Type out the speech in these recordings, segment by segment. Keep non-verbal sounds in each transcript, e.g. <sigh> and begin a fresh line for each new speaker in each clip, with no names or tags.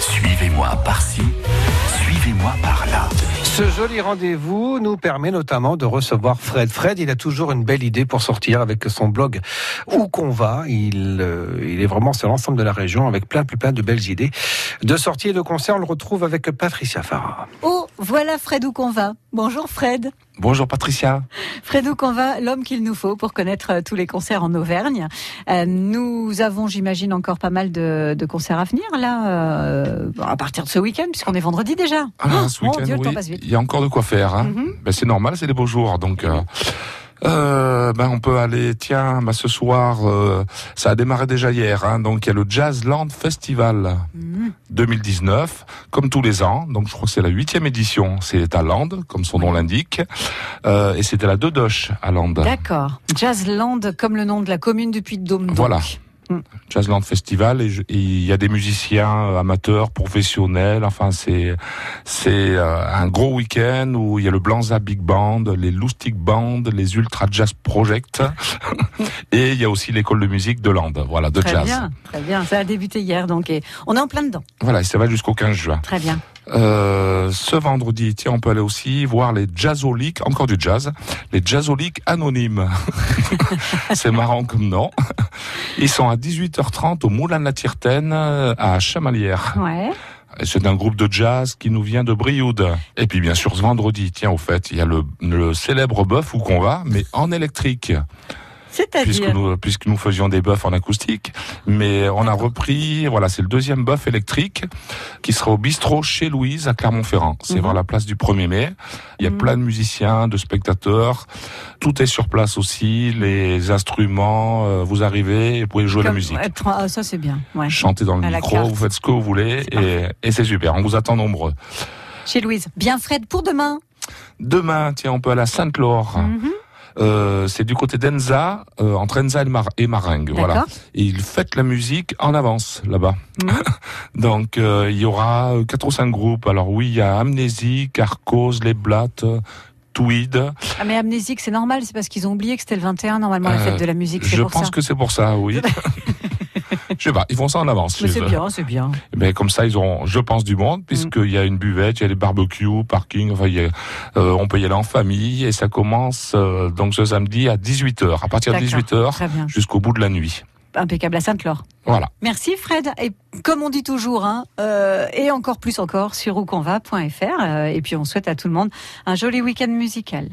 Suivez-moi par-ci, suivez-moi par-là.
Ce joli rendez-vous nous permet notamment de recevoir Fred. Fred, il a toujours une belle idée pour sortir avec son blog Où qu'on va. Il, euh, il est vraiment sur l'ensemble de la région avec plein, plein, plein de belles idées. De sortie et de concert, on le retrouve avec Patricia Farah.
Oh, voilà Fred où qu'on va. Bonjour Fred.
Bonjour Patricia.
Fred où qu'on va, l'homme qu'il nous faut pour connaître euh, tous les concerts en Auvergne. Euh, nous avons, j'imagine, encore pas mal de, de concerts à venir là, euh, bon, à partir de ce week-end, puisqu'on est vendredi déjà.
Ah,
Oh,
ce
mon
week-end,
Dieu, le temps
oui,
passe vite.
il y a encore de quoi faire. hein.
Mhm.
Ben, c'est normal, c'est des beaux jours. Donc, euh, euh, ben, on peut aller, tiens, ben, ce soir, euh, ça a démarré déjà hier. hein. donc, il y a le Jazzland Festival
Mhm.
2019, comme tous les ans. Donc, je crois que c'est la huitième édition. C'est à Land, comme son nom l'indique. Euh, et c'était la Dodoche à Land.
D'accord. Jazzland, comme le nom de la commune du Puy-de-Dôme. donc.
Voilà. Jazzland Festival et je- et il y a des musiciens euh, amateurs, professionnels. Enfin, c'est c'est euh, un gros week-end où il y a le Blanza Big Band, les Loustic Band, les Ultra Jazz
<laughs>
Project et il y a aussi l'école de musique de Land. Voilà, de
Très
jazz.
bien, très bien. Ça a débuté hier, donc et on est en plein dedans.
Voilà, et ça va jusqu'au 15 juin.
Très bien.
Euh, ce vendredi, tiens, on peut aller aussi voir les Jazzoliques, encore du jazz, les Jazzoliques anonymes.
<laughs>
<laughs> C'est marrant comme nom. Ils sont à 18h30 au Moulin de la Tirtaine euh, à Chamalières.
Ouais.
Et C'est un groupe de jazz qui nous vient de Brioude. Et puis bien sûr, ce vendredi, tiens, au fait, il y a le, le célèbre bœuf où qu'on va, mais en électrique, puisque
C'est-à-dire.
nous, puisque nous faisions des bœufs en acoustique. Mais on a repris, voilà, c'est le deuxième bœuf électrique qui sera au bistrot chez Louise à Clermont-Ferrand. C'est
Mhm.
vers la place du 1er mai. Il y a
Mhm.
plein de musiciens, de spectateurs. Tout est sur place aussi, les instruments, euh, vous arrivez et vous pouvez jouer la
comme-
musique.
euh, trois- ah, ça c'est bien. Ouais.
Chantez dans le
À la
micro,
carte.
vous faites ce que vous voulez
C'est
et, et c'est super. On vous attend nombreux.
Chez Louise. Bien Fred pour demain.
Demain, tiens, on peut aller à Sainte-Laure.
Mhm.
Euh, c'est du côté d'Enza, euh, entre Enza et, Mar- et Maringue. Voilà.
D'accord.
Et ils fêtent la musique en avance là-bas.
Mhm.
<laughs> Donc euh, il y aura euh, quatre ou cinq groupes. Alors oui, il y a Amnésie, Carcos, Les Blattes, euh, Tweed.
Ah, mais amnésique, c'est normal, c'est parce qu'ils ont oublié que c'était le 21, normalement, la
Euh,
fête de la musique, c'est
Je
pour
pense
ça.
que c'est pour ça,
<laughs>
oui. Je sais pas, ils font ça en avance.
Mais
chez
c'est
eux.
bien, c'est bien.
Mais comme ça, ils auront, je pense, du monde, puisqu'il y a une buvette, il y a des barbecues, parking, enfin, il y a- euh, on peut y aller en famille, et ça commence euh, donc ce samedi à 18h, à partir de
D'accord.
18h
Très bien.
jusqu'au bout de la nuit.
Impeccable à Sainte-Laure.
Voilà.
Merci Fred. Et comme on dit toujours, hein, euh, et encore plus encore sur ouconva.fr. euh, et puis on souhaite à tout le monde un joli week-end musical.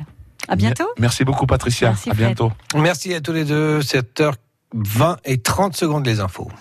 À bientôt.
Merci beaucoup, Patricia.
Merci,
à
Fred.
bientôt.
Merci à tous les deux. 7h20 et 30 secondes les infos.